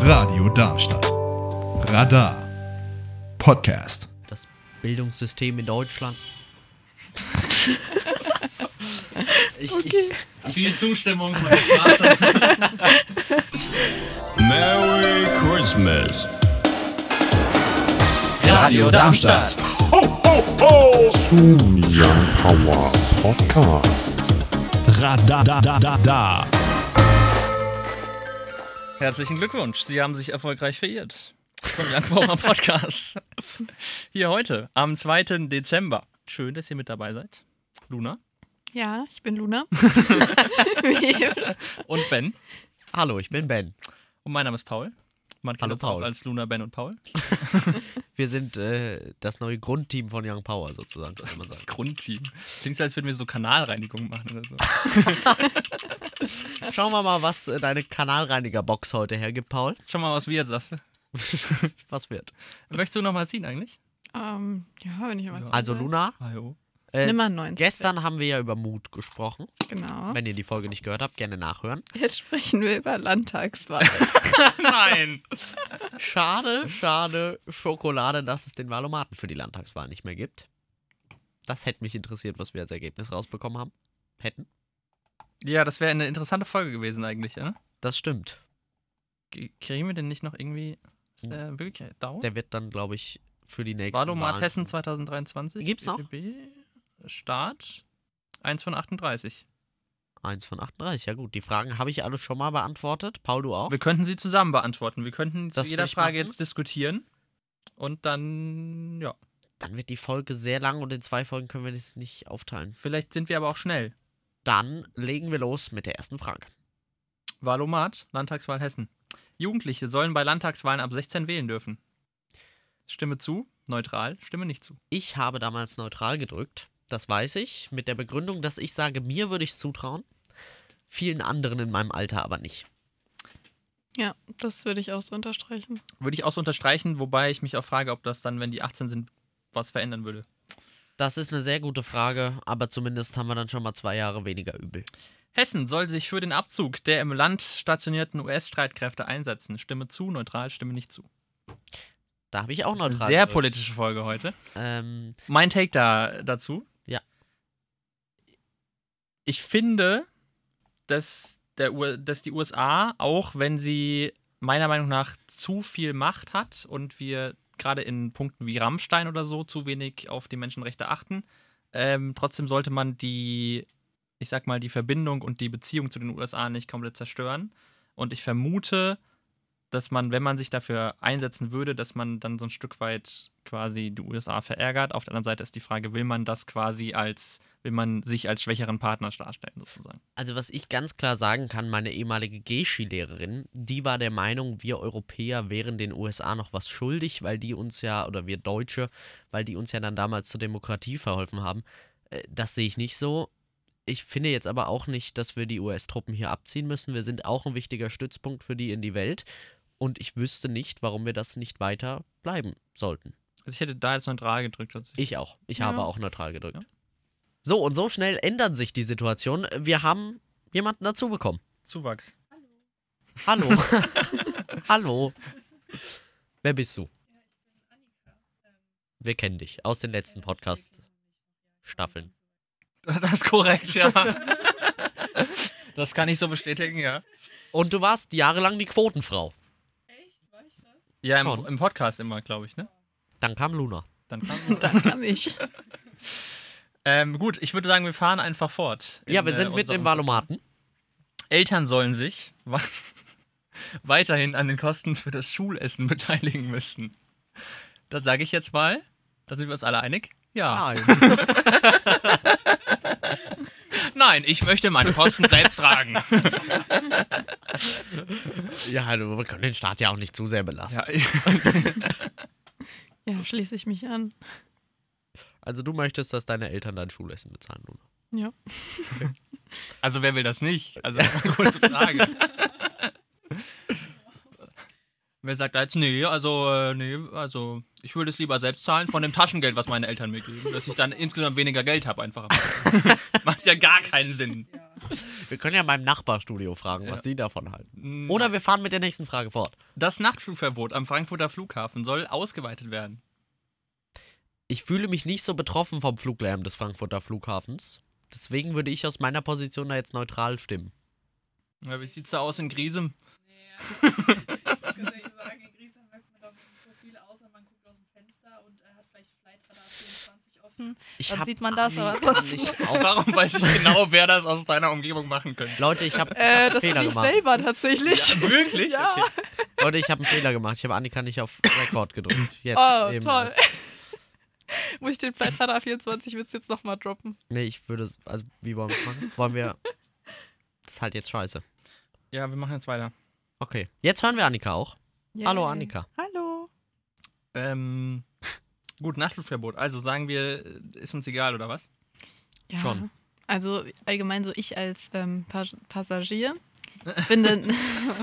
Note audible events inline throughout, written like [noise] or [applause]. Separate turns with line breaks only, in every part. Radio Darmstadt. Radar. Podcast.
Das Bildungssystem in Deutschland. ich,
Viel Zustimmung von der Straße.
Merry Christmas.
Radio Darmstadt.
Radar. Da, da, da, da.
Herzlichen Glückwunsch. Sie haben sich erfolgreich verirrt. Zum Youngbomer Podcast. Hier heute, am 2. Dezember. Schön, dass ihr mit dabei seid. Luna
Ja, ich
[laughs]
bin Luna. [laughs] Wie eben.
und Ben.
ich, hallo, ich bin Ben.
Und mein Name ist Paul. Man kennt
Hallo,
uns auch
Paul.
als Luna, Ben und Paul.
Wir sind äh, das neue Grundteam von Young Power sozusagen, kann man
Das
sagen.
Grundteam. Klingt so, als würden wir so Kanalreinigung machen oder so.
Schauen wir mal, was äh, deine Kanalreinigerbox heute hergibt, Paul.
Schau mal, was wir jetzt sagst.
Was wird?
Möchtest du nochmal ziehen eigentlich?
ähm, ja, wenn ich mal.
Also Luna,
Ah, jo.
äh,
Nimm mal 90.
gestern haben wir ja über Mut gesprochen.
Genau.
Wenn ihr die Folge nicht gehört habt, gerne nachhören.
Jetzt sprechen wir über Landtagswahl.
[laughs]
Nein!
Schade, schade, Schokolade, dass es den Wahlomaten für die Landtagswahl nicht mehr gibt. Das hätte mich interessiert, was wir als Ergebnis rausbekommen haben. Hätten.
Ja, das wäre eine interessante Folge gewesen eigentlich, ne?
Das stimmt.
K- Kriegen wir denn nicht noch irgendwie. Ist der wirklich Dauer?
Der wird dann, glaube ich, für die nächsten
Wahlomat
Wahlen-
Hessen 2023.
Gibt's noch?
BBB, Start 1 von 38.
Eins von 38, ja gut. Die Fragen habe ich alle schon mal beantwortet. Paul, du auch?
Wir könnten sie zusammen beantworten. Wir könnten zu
Das
jeder
will ich
Frage
machen.
jetzt diskutieren. Und dann, ja,
Dann wird die Folge sehr lang und in zwei Folgen können wir das nicht aufteilen.
vielleicht sind wir aber auch schnell.
Dann legen wir los mit der ersten Frage.
Wahlomat, Landtagswahl Hessen. Jugendliche sollen bei Landtagswahlen ab 16 wählen dürfen. Stimme zu, neutral, stimme nicht zu.
Ich habe damals neutral gedrückt, das weiß ich, mit der Begründung, dass ich sage, mir würde ich es zutrauen, vielen anderen in meinem Alter aber nicht.
ja, das würde ich auch
[laughs]
so unterstreichen.
Würde ich auch so unterstreichen, wobei ich mich auch frage, ob das dann, wenn die 18 sind, was verändern würde.
Das ist eine sehr gute Frage, aber zumindest haben wir dann schon mal zwei Jahre weniger übel.
Hessen soll sich für den Abzug der im Land stationierten US-Streitkräfte einsetzen. Stimme zu, neutral, stimme nicht zu.
Da habe ich auch
Das ist eine
neutral
sehr
gedrückt.
politische Folge heute.
Ähm,
Mein Take da dazu.
Ja.
Ich finde, dass, der, U- dass die USA, auch wenn sie meiner Meinung nach zu viel Macht hat und wir gerade in Punkten wie Rammstein oder so zu wenig auf die Menschenrechte achten, ähm, trotzdem sollte man die, ich sag mal, die Verbindung und die Beziehung zu den USA nicht komplett zerstören. Und ich vermute, dass man, wenn man sich dafür einsetzen würde, dass man dann so ein Stück weit quasi die USA verärgert. Auf der anderen Seite ist die Frage, will man das quasi als, will man sich als schwächeren Partner darstellen, sozusagen?
Also was ich ganz klar sagen kann, meine ehemalige Geschi-Lehrerin, die war der Meinung, wir Europäer wären den USA noch was schuldig, weil die uns ja, oder wir Deutsche, weil die uns ja dann damals zur Demokratie verholfen haben. Äh, Das sehe ich nicht so. Ich finde jetzt aber auch nicht, dass wir die US-Truppen hier abziehen müssen. Wir sind auch ein wichtiger Stützpunkt für die in die Welt. Und ich wüsste nicht, warum wir das nicht weiter bleiben sollten.
Also ich hätte da jetzt neutral gedrückt. tatsächlich.
Ich auch. Ich
Ja.
habe auch neutral gedrückt.
Ja.
So, und so schnell ändern sich die Situationen. Wir haben jemanden dazu bekommen.
Zuwachs.
Hallo. [laughs] Hallo. Wer bist du? Wir kennen dich aus den letzten Podcast-Staffeln.
[laughs] Das ist
[laughs]
korrekt, ja. Das kann ich so bestätigen, ja.
Und du warst jahrelang die Quotenfrau.
Ja, im,
Schon.
im Podcast immer, glaube ich, ne?
Dann kam Luna. [laughs]
Dann kam
Und dann kam ich.
ähm, gut, ich würde sagen, wir fahren einfach fort.
Ja, wir
In,
sind
äh,
mitten im
unserem-
Wahlomaten.
Eltern sollen sich wa- [laughs] weiterhin an den Kosten für das Schulessen [laughs] beteiligen müssen. Das sage ich jetzt mal. Da sind wir uns alle einig. Ja. [laughs]
Nein.
Nein, ich möchte meine [laughs] Kosten selbst tragen.
Ja, du, wir können den Staat ja auch nicht zu sehr belasten.
Ja, ich-
Ja, schließe ich mich an.
Also du möchtest, dass deine Eltern dein Schulessen bezahlen, Luna.
Ja.
also wer will das nicht? Also kurze Frage. [laughs] Wer sagt da jetzt, nee, also, äh, nee, also ich würde es lieber selbst zahlen von dem Taschengeld, was meine Eltern [laughs] mir geben, dass ich dann insgesamt weniger Geld habe einfach. Macht ja gar keinen Sinn.
Wir können ja meinem Nachbarstudio fragen, was die davon halten.
Mm,
Oder wir fahren mit der nächsten Frage fort.
Das Nachtflugverbot am Frankfurter Flughafen soll ausgeweitet werden.
Ich fühle mich nicht so betroffen vom Fluglärm des Frankfurter Flughafens. Deswegen würde ich aus meiner Position da jetzt neutral stimmen.
Ja, wie sieht's da aus in Griesem?
[laughs] Ich würde ja sagen, in Griesheim läuft man, glaube ich, nicht so viel, außer man guckt aus dem Fenster und äh, hat vielleicht Flightradar 24 offen.
Ich
Dann
hab
sieht man das, aber
eigentlich
sonst
nicht auf.
Warum weiß ich genau, wer das aus deiner Umgebung machen könnte?
Leute, ich habe
Äh,
einen
das
Fehler
bin ich
gemacht.
selber tatsächlich. [laughs]
Ja, wirklich?
Ja.
Okay.
Leute, ich habe einen Fehler gemacht. Ich habe Annika nicht auf Rekord gedrückt. Jetzt
Oh,
eben
toll.
erst.
Muss ich den Flightradar 24 Witz jetzt nochmal droppen?
Nee, ich würde. Also, wie wollen wir es machen? Wollen wir. Das ist halt jetzt scheiße.
Ja, wir machen jetzt weiter.
Okay. Jetzt hören wir Annika auch. Hallo, Annika.
Hallo.
Ähm, gut, Nachtflugverbot. Also sagen wir, ist uns egal, oder was?
Ja.
Schon.
Also allgemein so ich als ähm, Pa- Passagier finde,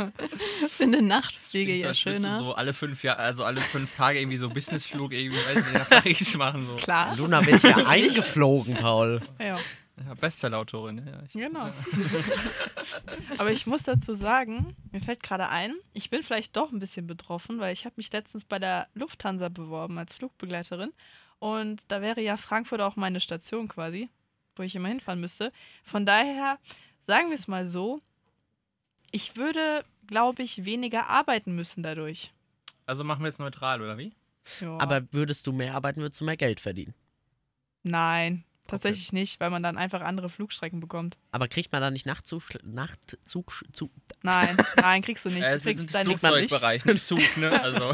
[laughs]
finde Nachtflüge
Klingt,
ja
als würdest du
schöner.
So alle fünf Jahre, also alle fünf Tage irgendwie so Businessflug irgendwie, weiß nicht, nach Paris machen. So.
Klar.
Luna
[laughs]
wird hier eingeflogen, Paul.
Ja,
Ja, Bestsellerautorin. Ja, ich,
genau. Aber ich muss dazu sagen, mir fällt gerade ein, ich bin vielleicht doch ein bisschen betroffen, weil ich habe mich letztens bei der Lufthansa beworben als Flugbegleiterin und da wäre ja Frankfurt auch meine Station quasi, wo ich immer hinfahren müsste. Von daher, sagen wir es mal so, ich würde, glaube ich, weniger arbeiten müssen dadurch.
Also machen wir jetzt neutral, oder wie?
Ja.
Aber würdest du mehr arbeiten, würdest du mehr Geld verdienen.
Nein, tatsächlich nicht, weil man dann einfach andere Flugstrecken bekommt.
Aber kriegt man da nicht Nachtzug, Nachtzug, zu,
Nein, [laughs] nein, kriegst du nicht.
Ja,
Du
jetzt wir
kriegst,
sind im
deine,
Flugzeugbereich, nicht Zug, ne? Also,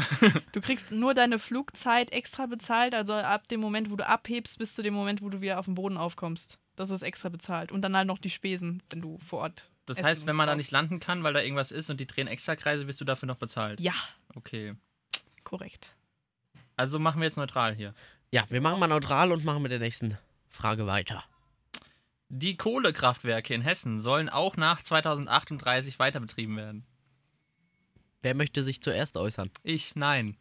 du kriegst nur deine Flugzeit extra bezahlt, also ab dem Moment, wo du abhebst, bis zu dem Moment, wo du wieder auf dem Boden aufkommst. Das ist extra bezahlt. Und dann halt noch die Spesen, wenn du vor Ort.
das
Essen
heißt, wenn man da
brauchst.
nicht landen kann, weil da irgendwas ist und die drehen extra Kreise, wirst du dafür noch bezahlt.
Ja,
Okay.
korrekt.
Also machen wir jetzt neutral hier.
Ja, wir machen mal neutral und machen mit der nächsten Frage weiter.
Die Kohlekraftwerke in Hessen sollen auch nach 2038 weiter betrieben werden.
Wer möchte sich zuerst äußern?
Ich, nein.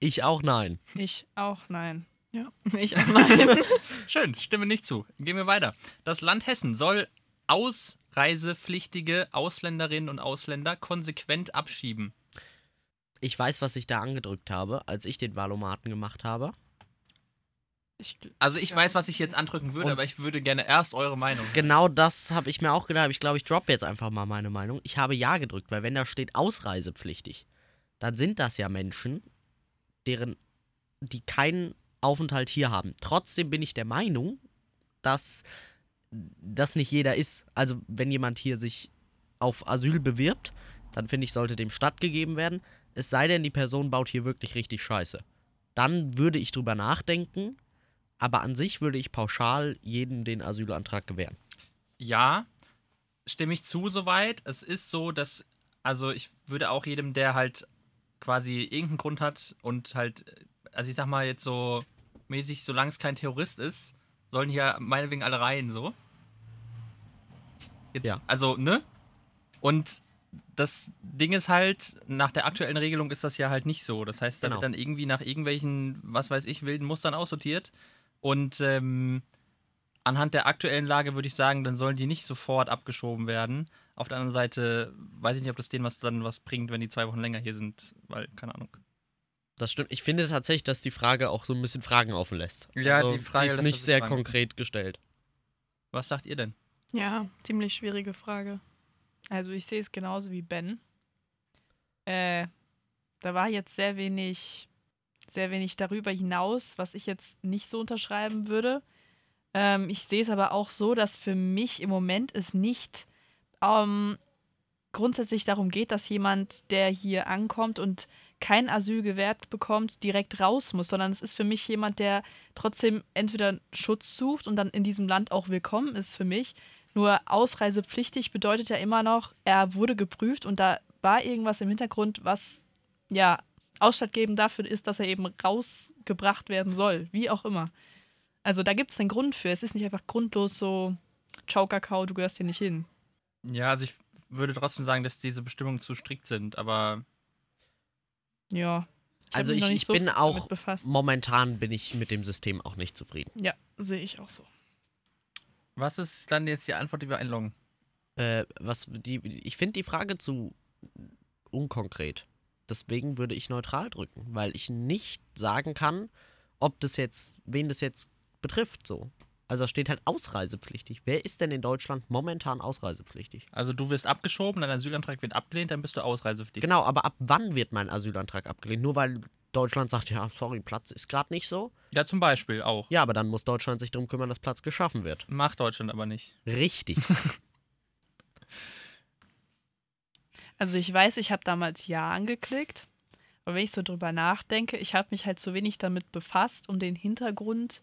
Ich auch nein.
Ich auch, nein.
Ja, [laughs] ich auch nein.
Schön, stimme nicht zu. Gehen wir weiter. Das Land Hessen soll ausreisepflichtige Ausländerinnen und Ausländer konsequent abschieben.
Ich weiß, was ich da angedrückt habe, als ich den Valomaten gemacht habe.
Ich, gl-
Also ich weiß, was ich jetzt andrücken würde,
Und-
aber ich würde gerne erst eure Meinung.
Genau das habe ich mir auch gedacht. Ich glaube, ich drop jetzt einfach mal meine Meinung. Ich habe Ja gedrückt, weil wenn da steht ausreisepflichtig, dann sind das ja Menschen, deren, die keinen Aufenthalt hier haben. Trotzdem bin ich der Meinung, dass das nicht jeder ist. Also wenn jemand hier sich auf Asyl bewirbt, dann finde ich, sollte dem stattgegeben werden. Es sei denn, die Person baut hier wirklich richtig Scheiße. Dann würde ich drüber nachdenken, aber an sich würde ich pauschal jedem den Asylantrag gewähren.
Ja, stimme ich zu soweit. Es ist so, dass, also ich würde auch jedem, der halt quasi irgendeinen Grund hat und halt, also ich sag mal jetzt so mäßig, solange es kein Terrorist ist, sollen hier meinetwegen alle rein, so. Jetzt,
Ja.
Also, ne? Und das Ding ist halt, nach der aktuellen Regelung ist das ja halt nicht so. Das heißt, da
Genau.
wird dann irgendwie nach irgendwelchen, was weiß ich, wilden Mustern aussortiert. Und ähm, anhand der aktuellen Lage würde ich sagen, dann sollen die nicht sofort abgeschoben werden. Auf der anderen Seite weiß ich nicht, ob das denen was dann was bringt, wenn die zwei Wochen länger hier sind, weil, keine Ahnung.
Das stimmt. Ich finde tatsächlich, dass die Frage auch so ein bisschen Fragen offen lässt. Also,
Ja, die Frage
ist
lässt
nicht
natürlich
sehr
Fragen offen.
konkret gestellt.
Was sagt ihr denn?
ja, ziemlich schwierige Frage.
also ich sehe es genauso wie Ben. Äh, da war jetzt sehr wenig, sehr wenig darüber hinaus, was ich jetzt nicht so unterschreiben würde. Ähm, ich sehe es aber auch so, dass für mich im Moment es nicht ähm, grundsätzlich darum geht, dass jemand, der hier ankommt und kein Asyl gewährt bekommt, direkt raus muss, sondern es ist für mich jemand, der trotzdem entweder Schutz sucht und dann in diesem Land auch willkommen ist für mich. Nur ausreisepflichtig bedeutet ja immer noch, er wurde geprüft und da war irgendwas im Hintergrund, was ja ausschlaggebend dafür ist, dass er eben rausgebracht werden soll, wie auch immer. Also da gibt es einen Grund für. Es ist nicht einfach grundlos so, ciao Kakao, du gehörst hier nicht hin.
Ja, also ich würde trotzdem sagen, dass diese Bestimmungen zu strikt sind, aber
Ja. hab
Also
mich noch
ich-
nicht
ich bin
viel
auch-
damit Befasst.
Momentan bin ich mit dem System auch nicht zufrieden.
Ja, sehe ich auch so.
was ist dann jetzt die Antwort, die wir einloggen?
Äh, was die, ich finde die Frage zu unkonkret. Deswegen würde ich neutral drücken, weil ich nicht sagen kann, ob das jetzt, wen das jetzt betrifft, so. Also da steht halt ausreisepflichtig. Wer ist denn in Deutschland momentan ausreisepflichtig?
Also du wirst abgeschoben, dein Asylantrag wird abgelehnt, dann bist du ausreisepflichtig.
Genau, aber ab wann wird mein Asylantrag abgelehnt? Nur weil Deutschland sagt, ja, sorry, Platz ist gerade nicht so.
Ja, zum Beispiel auch.
Ja, aber dann muss Deutschland sich darum kümmern, dass Platz geschaffen wird.
Macht Deutschland aber nicht. [laughs]
Richtig.
Also ich weiß, ich habe damals Ja angeklickt. Aber wenn ich so drüber nachdenke, ich habe mich halt zu wenig damit befasst, um den Hintergrund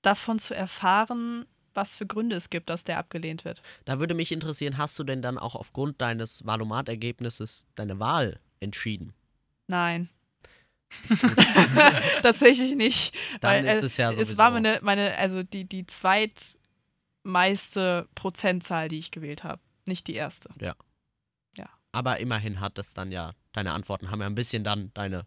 davon zu erfahren, was für Gründe es gibt, dass der abgelehnt wird.
Da würde mich interessieren, hast du denn dann auch aufgrund deines Valomat-Ergebnisses deine Wahl entschieden?
Nein. [laughs] Tatsächlich nicht.
Dann
Weil, äh,
ist es ja sowieso.
es war
ne-
meine, meine also die, die zweitmeiste Prozentzahl, die ich gewählt habe. Nicht die erste.
aber immerhin hat das dann ja, deine Antworten haben ja ein bisschen dann deine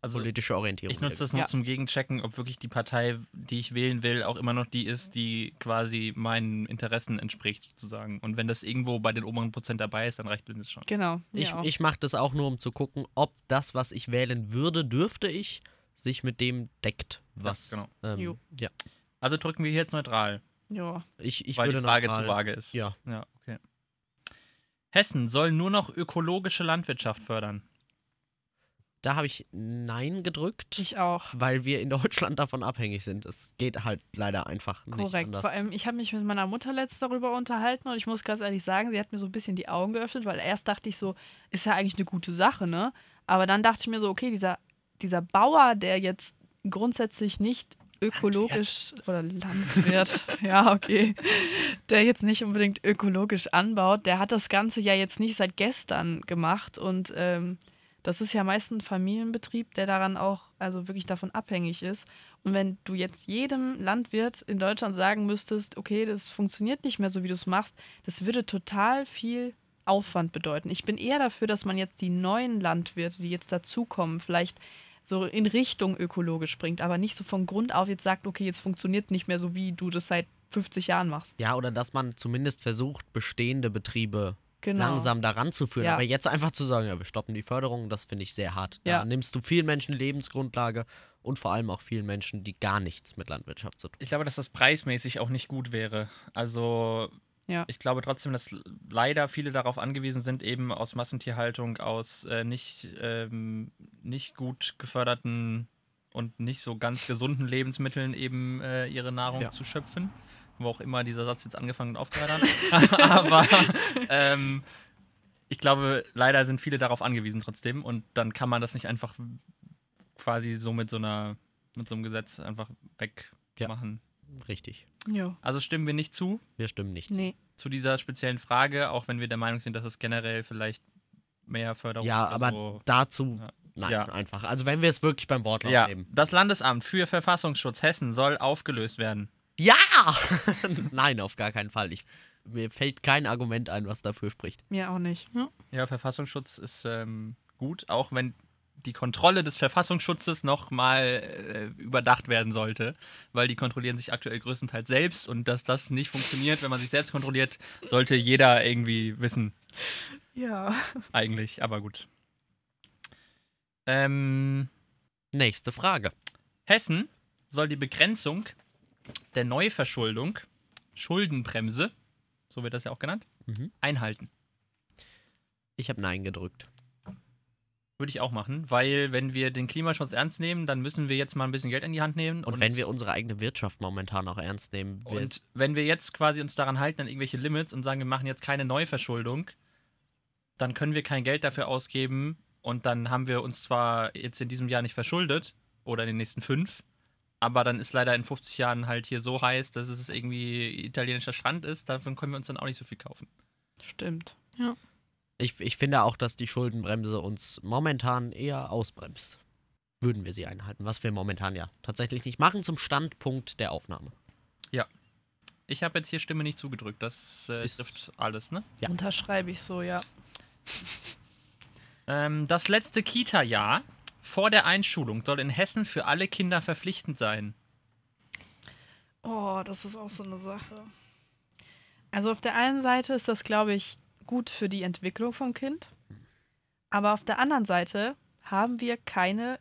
Also
politische Orientierung.
ich nutze das nur
Ja.
zum Gegenchecken, ob wirklich die Partei, die ich wählen will, auch immer noch die ist, die quasi meinen Interessen entspricht, sozusagen. Und wenn das irgendwo bei den oberen Prozent dabei ist, dann reicht mir das schon.
Genau. mir
Ich,
auch.
ich mache das auch nur, um zu gucken, ob das, was ich wählen würde, dürfte ich, sich mit dem deckt, was.
genau.
ähm,
Jo.
Ja,
Also drücken wir hier jetzt neutral,
ja.
ich, ich
weil
würde
die Frage
neutral-
zu vage ist.
Ja,
ja, okay. Hessen soll nur noch ökologische Landwirtschaft fördern.
da habe ich Nein gedrückt,
Ich auch.
weil wir in Deutschland davon abhängig sind. Es geht halt leider einfach nicht
Korrekt.
anders.
Vor allem, ich habe mich mit meiner Mutter letzt darüber unterhalten und ich muss ganz ehrlich sagen, sie hat mir so ein bisschen die Augen geöffnet, weil erst dachte ich so, ist ja eigentlich eine gute Sache, ne? Aber dann dachte ich mir so, okay, dieser, dieser Bauer, der jetzt grundsätzlich nicht ökologisch oder Landwirt, [laughs] ja, okay, der jetzt nicht unbedingt ökologisch anbaut, der hat das Ganze ja jetzt nicht seit gestern gemacht und ähm, das ist ja meist ein Familienbetrieb, der daran auch, also wirklich davon abhängig ist. Und wenn du jetzt jedem Landwirt in Deutschland sagen müsstest, okay, das funktioniert nicht mehr so, wie du es machst, das würde total viel Aufwand bedeuten. Ich bin eher dafür, dass man jetzt die neuen Landwirte, die jetzt dazukommen, vielleicht so in Richtung ökologisch bringt, aber nicht so von Grund auf jetzt sagt, okay, jetzt funktioniert nicht mehr so, wie du das seit 50 Jahren machst.
Ja, oder dass man zumindest versucht, bestehende Betriebe
Genau.
langsam daran zu führen.
Ja.
Aber jetzt einfach zu sagen, ja, wir stoppen die Förderung, das finde ich sehr hart. Da
Ja.
nimmst du vielen Menschen Lebensgrundlage und vor allem auch vielen Menschen, die gar nichts mit Landwirtschaft zu tun
Ich glaube, dass das preismäßig auch nicht gut wäre. Also
Ja.
ich glaube trotzdem, dass leider viele darauf angewiesen sind, eben aus Massentierhaltung, aus äh, nicht, ähm, nicht gut geförderten und nicht so ganz gesunden Lebensmitteln eben äh, ihre Nahrung
Ja.
zu schöpfen. Wo auch immer dieser Satz jetzt angefangen und aufgehört hat. [laughs] Aber ähm, ich glaube, leider sind viele darauf angewiesen trotzdem und dann kann man das nicht einfach quasi so mit so einer mit so einem Gesetz einfach
Ja.
wegmachen.
haben. Richtig.
Ja.
Also stimmen wir nicht zu,
Wir stimmen nicht.
Nee.
zu dieser speziellen Frage, auch wenn wir der Meinung sind, dass es generell vielleicht mehr Förderung
Ja,
Also,
oder
aber
so.
dazu
Ja.
nein,
Ja.
einfach. Also wenn wir es wirklich beim Wortlaut
Ja,
nehmen.
das Landesamt für Verfassungsschutz Hessen soll aufgelöst werden.
Ja! [laughs] nein, auf gar keinen Fall. Ich, mir fällt kein Argument ein, was dafür spricht.
Mir auch nicht.
Ja, Verfassungsschutz ist ähm, gut, auch wenn die Kontrolle des Verfassungsschutzes nochmal äh, überdacht werden sollte, weil die kontrollieren sich aktuell größtenteils selbst und dass das nicht funktioniert, wenn man sich selbst kontrolliert, sollte jeder irgendwie wissen.
Ja.
Eigentlich, aber gut. Ähm,
Nächste Frage.
Hessen soll die Begrenzung der Neuverschuldung, Schuldenbremse, so wird das ja auch genannt,
Mhm.
einhalten.
Ich habe Nein gedrückt.
Würde ich auch machen, weil wenn wir den Klimaschutz ernst nehmen, dann müssen wir jetzt mal ein bisschen Geld in die Hand nehmen.
Und, wenn wir unsere eigene Wirtschaft momentan auch ernst nehmen, wir-
und wenn wir jetzt quasi uns daran halten, an irgendwelche Limits und sagen, wir machen jetzt keine Neuverschuldung, dann können wir kein Geld dafür ausgeben und dann haben wir uns zwar jetzt in diesem Jahr nicht verschuldet oder in den nächsten fünf, aber dann ist leider in 50 Jahren halt hier so heiß, dass es irgendwie italienischer Strand ist, davon können wir uns dann auch nicht so viel kaufen.
Stimmt.
Ich, ich finde auch, dass die Schuldenbremse uns momentan eher ausbremst. Würden wir sie einhalten, was wir momentan ja tatsächlich nicht machen zum Standpunkt der Aufnahme.
Ich habe jetzt hier Stimme nicht zugedrückt, das äh,
Ist-
trifft alles, ne?
Ja.
Unterschreibe ich so, ja.
Ähm, das letzte Kita-Jahr vor der Einschulung soll in Hessen für alle Kinder verpflichtend sein.
Oh, das ist auch so eine Sache. Also auf der einen Seite ist das, glaube ich, gut für die Entwicklung vom Kind. Aber auf der anderen Seite haben wir keine,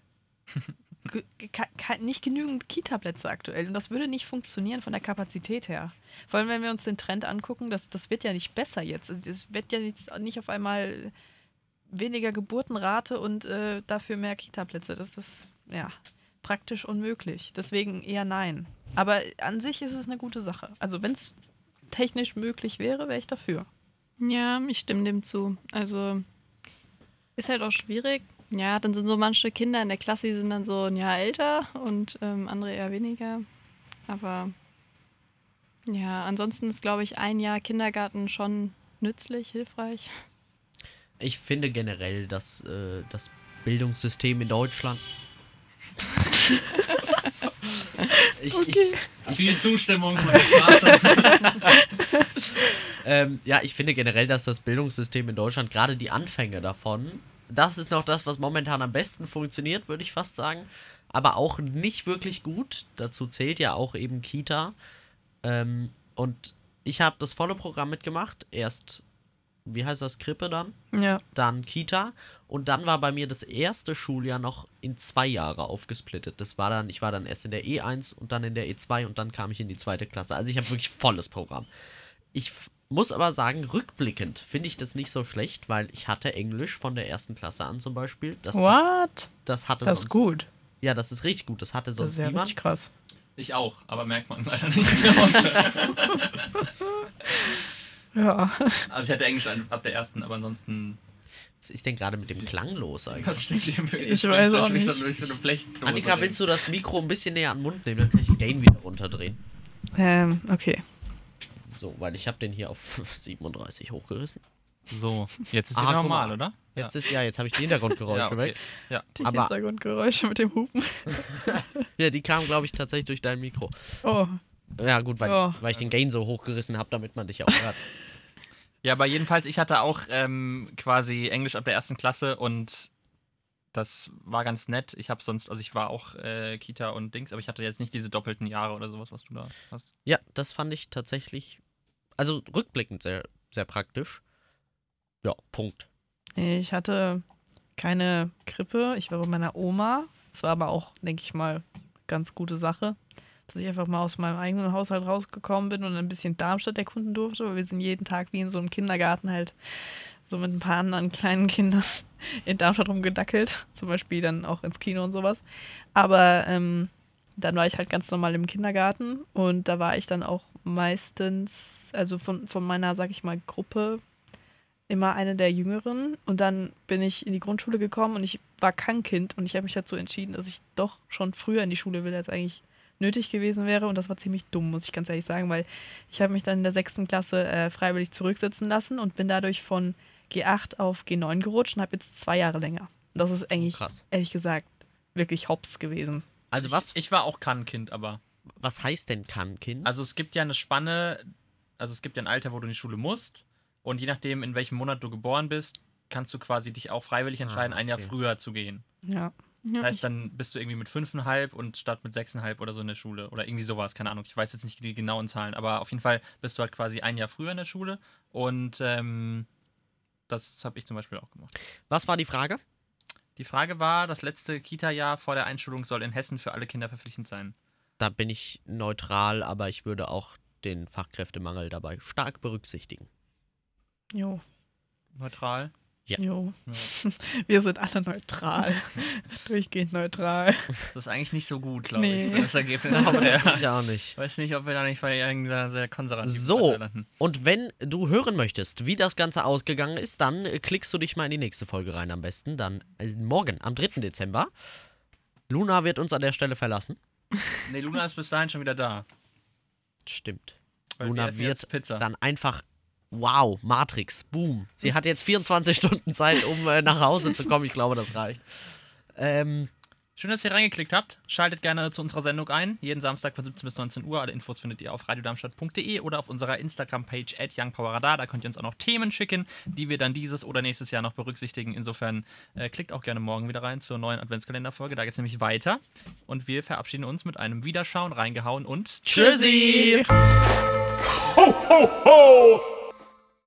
ge- ge- ke- ke- nicht genügend Kita-Plätze aktuell. Und das würde nicht funktionieren von der Kapazität her. Vor allem, wenn wir uns den Trend angucken, das, das wird ja nicht besser jetzt. Also Es wird ja jetzt nicht auf einmal weniger Geburtenrate und äh, dafür mehr Kita-Plätze. Das ist, ja, praktisch unmöglich. Deswegen eher nein. Aber an sich ist es eine gute Sache. Also wenn es technisch möglich wäre, wäre ich dafür.
Ja, ich stimme dem zu. Also ist halt auch schwierig. Ja, dann sind so manche Kinder in der Klasse, die sind dann so ein Jahr älter und ähm, andere eher weniger. Aber ja, ansonsten ist, glaube ich, ein Jahr Kindergarten schon nützlich, hilfreich.
Ich finde generell, dass äh, das Bildungssystem in Deutschland. ich, ich,
Viel Zustimmung von der Straße.
[laughs] ähm, ja, ich finde generell, dass das Bildungssystem in Deutschland, gerade die Anfänge davon, das ist noch das, was momentan am besten funktioniert, würde ich fast sagen. Aber auch nicht wirklich gut. Dazu zählt ja auch eben Kita. Ähm, und ich habe das volle Programm mitgemacht. Erst, wie heißt das, Krippe dann?
Ja.
dann Kita und dann war bei mir das erste Schuljahr noch in zwei Jahre aufgesplittet. Das war dann, ich war dann erst in der E1 und dann in der E2 und dann kam ich in die zweite Klasse. Also ich habe wirklich volles Programm. Ich f- muss aber sagen, rückblickend finde ich das nicht so schlecht, weil ich hatte Englisch von der ersten Klasse an zum Beispiel. Das,
What?
das hatte
Das
sonst,
ist gut.
Ja, das ist richtig gut. Das hatte
Das
sonst
ist ja
niemand.
richtig krass.
Ich auch, aber merkt man leider nicht. [laughs]
Ja.
Also ich hatte Englisch an- ab der ersten, aber ansonsten. äh,
Was ist denn gerade mit dem Klang los eigentlich?
Was steht hier im
Ich weiß auch
So,
nicht.
durch so eine Blechdose
Annika,
drin.
willst du das Mikro ein bisschen näher an den Mund nehmen? Dann kann ich den Gain wieder runterdrehen.
Ähm, okay.
So, weil ich habe den hier auf [laughs] 37 hochgerissen.
So, jetzt ist
Ah,
wieder
guck
normal,
mal.
oder?
Jetzt ist ja, jetzt habe ich die Hintergrundgeräusche
[laughs] ja, okay.
weg.
ja.
Die
Aber-
Hintergrundgeräusche mit dem Hupen.
Ja, die kamen, glaube ich, tatsächlich durch dein Mikro.
Oh.
Ja, gut, weil,
Ja.
ich, weil ich den Gain so hochgerissen habe, damit man dich auch hört.
Ja, aber jedenfalls, ich hatte auch ähm, quasi Englisch ab der ersten Klasse und das war ganz nett. Ich habe sonst, also ich war auch äh, Kita und Dings, aber ich hatte jetzt nicht diese doppelten Jahre oder sowas, was du da hast.
ja, das fand ich tatsächlich, also rückblickend sehr, sehr praktisch. Ja, Punkt.
Nee, Ich hatte keine Krippe. Ich war bei meiner Oma. Es war aber auch, denke ich mal, ganz gute Sache, dass ich einfach mal aus meinem eigenen Haushalt rausgekommen bin und ein bisschen Darmstadt erkunden durfte. Weil wir sind jeden Tag wie in so einem Kindergarten halt so mit ein paar anderen kleinen Kindern [laughs] in Darmstadt rumgedackelt. Zum Beispiel dann auch ins Kino und sowas. Aber ähm, dann war ich halt ganz normal im Kindergarten und da war ich dann auch meistens, also von, von meiner, sag ich mal, Gruppe immer eine der Jüngeren. Und dann bin ich in die Grundschule gekommen und ich war kein Kind und ich habe mich dazu entschieden, dass ich doch schon früher in die Schule will, als eigentlich nötig gewesen wäre. Und das war ziemlich dumm, muss ich ganz ehrlich sagen, weil ich habe mich dann in der sechsten Klasse äh, freiwillig zurücksetzen lassen und bin dadurch von G8 auf G9 gerutscht und habe jetzt zwei Jahre länger. Das ist eigentlich,
Krass.
ehrlich gesagt, wirklich hops gewesen.
Also was,
Ich, ich war auch kein Kind, aber.
was heißt denn kann, Kind?
Also es gibt ja eine Spanne, also es gibt ja ein Alter, wo du in die Schule musst. Und je nachdem, in welchem Monat du geboren bist, kannst du quasi dich auch freiwillig entscheiden, ein Jahr
okay.
früher zu gehen.
Ja.
Ja,
Das heißt, dann bist du irgendwie mit fünfeinhalb und statt mit sechseinhalb oder so in der Schule. Oder irgendwie sowas, keine Ahnung. Ich weiß jetzt nicht die genauen Zahlen, aber auf jeden Fall bist du halt quasi ein Jahr früher in der Schule. Und ähm, das habe ich zum Beispiel auch gemacht.
was war die Frage?
Die Frage war, das letzte Kita-Jahr vor der Einschulung soll in Hessen für alle Kinder verpflichtend sein.
Da bin ich neutral, aber ich würde auch den Fachkräftemangel dabei stark berücksichtigen.
Jo,
Neutral.
Ja.
jo.
Ja.
[laughs] Wir sind alle neutral. Durchgehend neutral.
Das ist eigentlich nicht so gut, glaube
Nee.
ich, für das Ergebnis. Aber der,
[laughs] Ich auch nicht.
weiß nicht, ob wir da nicht bei irgendeiner sehr konservativen
So,
Partei landen.
und wenn du hören möchtest, wie das Ganze ausgegangen ist, dann äh, klickst du dich mal in die nächste Folge rein am besten. Dann äh, morgen, am 3. Dezember. Luna wird uns an der Stelle verlassen.
Nee, Luna ist bis dahin schon wieder da.
Stimmt.
Weil
Luna
wir essen
wird
jetzt Pizza.
Dann einfach, wow, Matrix, boom. Sie [laughs] hat jetzt 24 Stunden Zeit, um äh, nach Hause zu kommen. Ich glaube, das reicht. Ähm,
Schön, dass ihr reingeklickt habt. Schaltet gerne zu unserer Sendung ein. Jeden Samstag von 17 bis 19 Uhr. Alle Infos findet ihr auf radiodarmstadt.de oder auf unserer Instagram-Page at youngpowerradar. Da könnt ihr uns auch noch Themen schicken, die wir dann dieses oder nächstes Jahr noch berücksichtigen. Insofern äh, klickt auch gerne morgen wieder rein zur neuen Adventskalenderfolge. Da geht es nämlich weiter. Und wir verabschieden uns mit einem Wiederschauen, reingehauen und Tschüssi!
Tschüssi!
Ho, ho!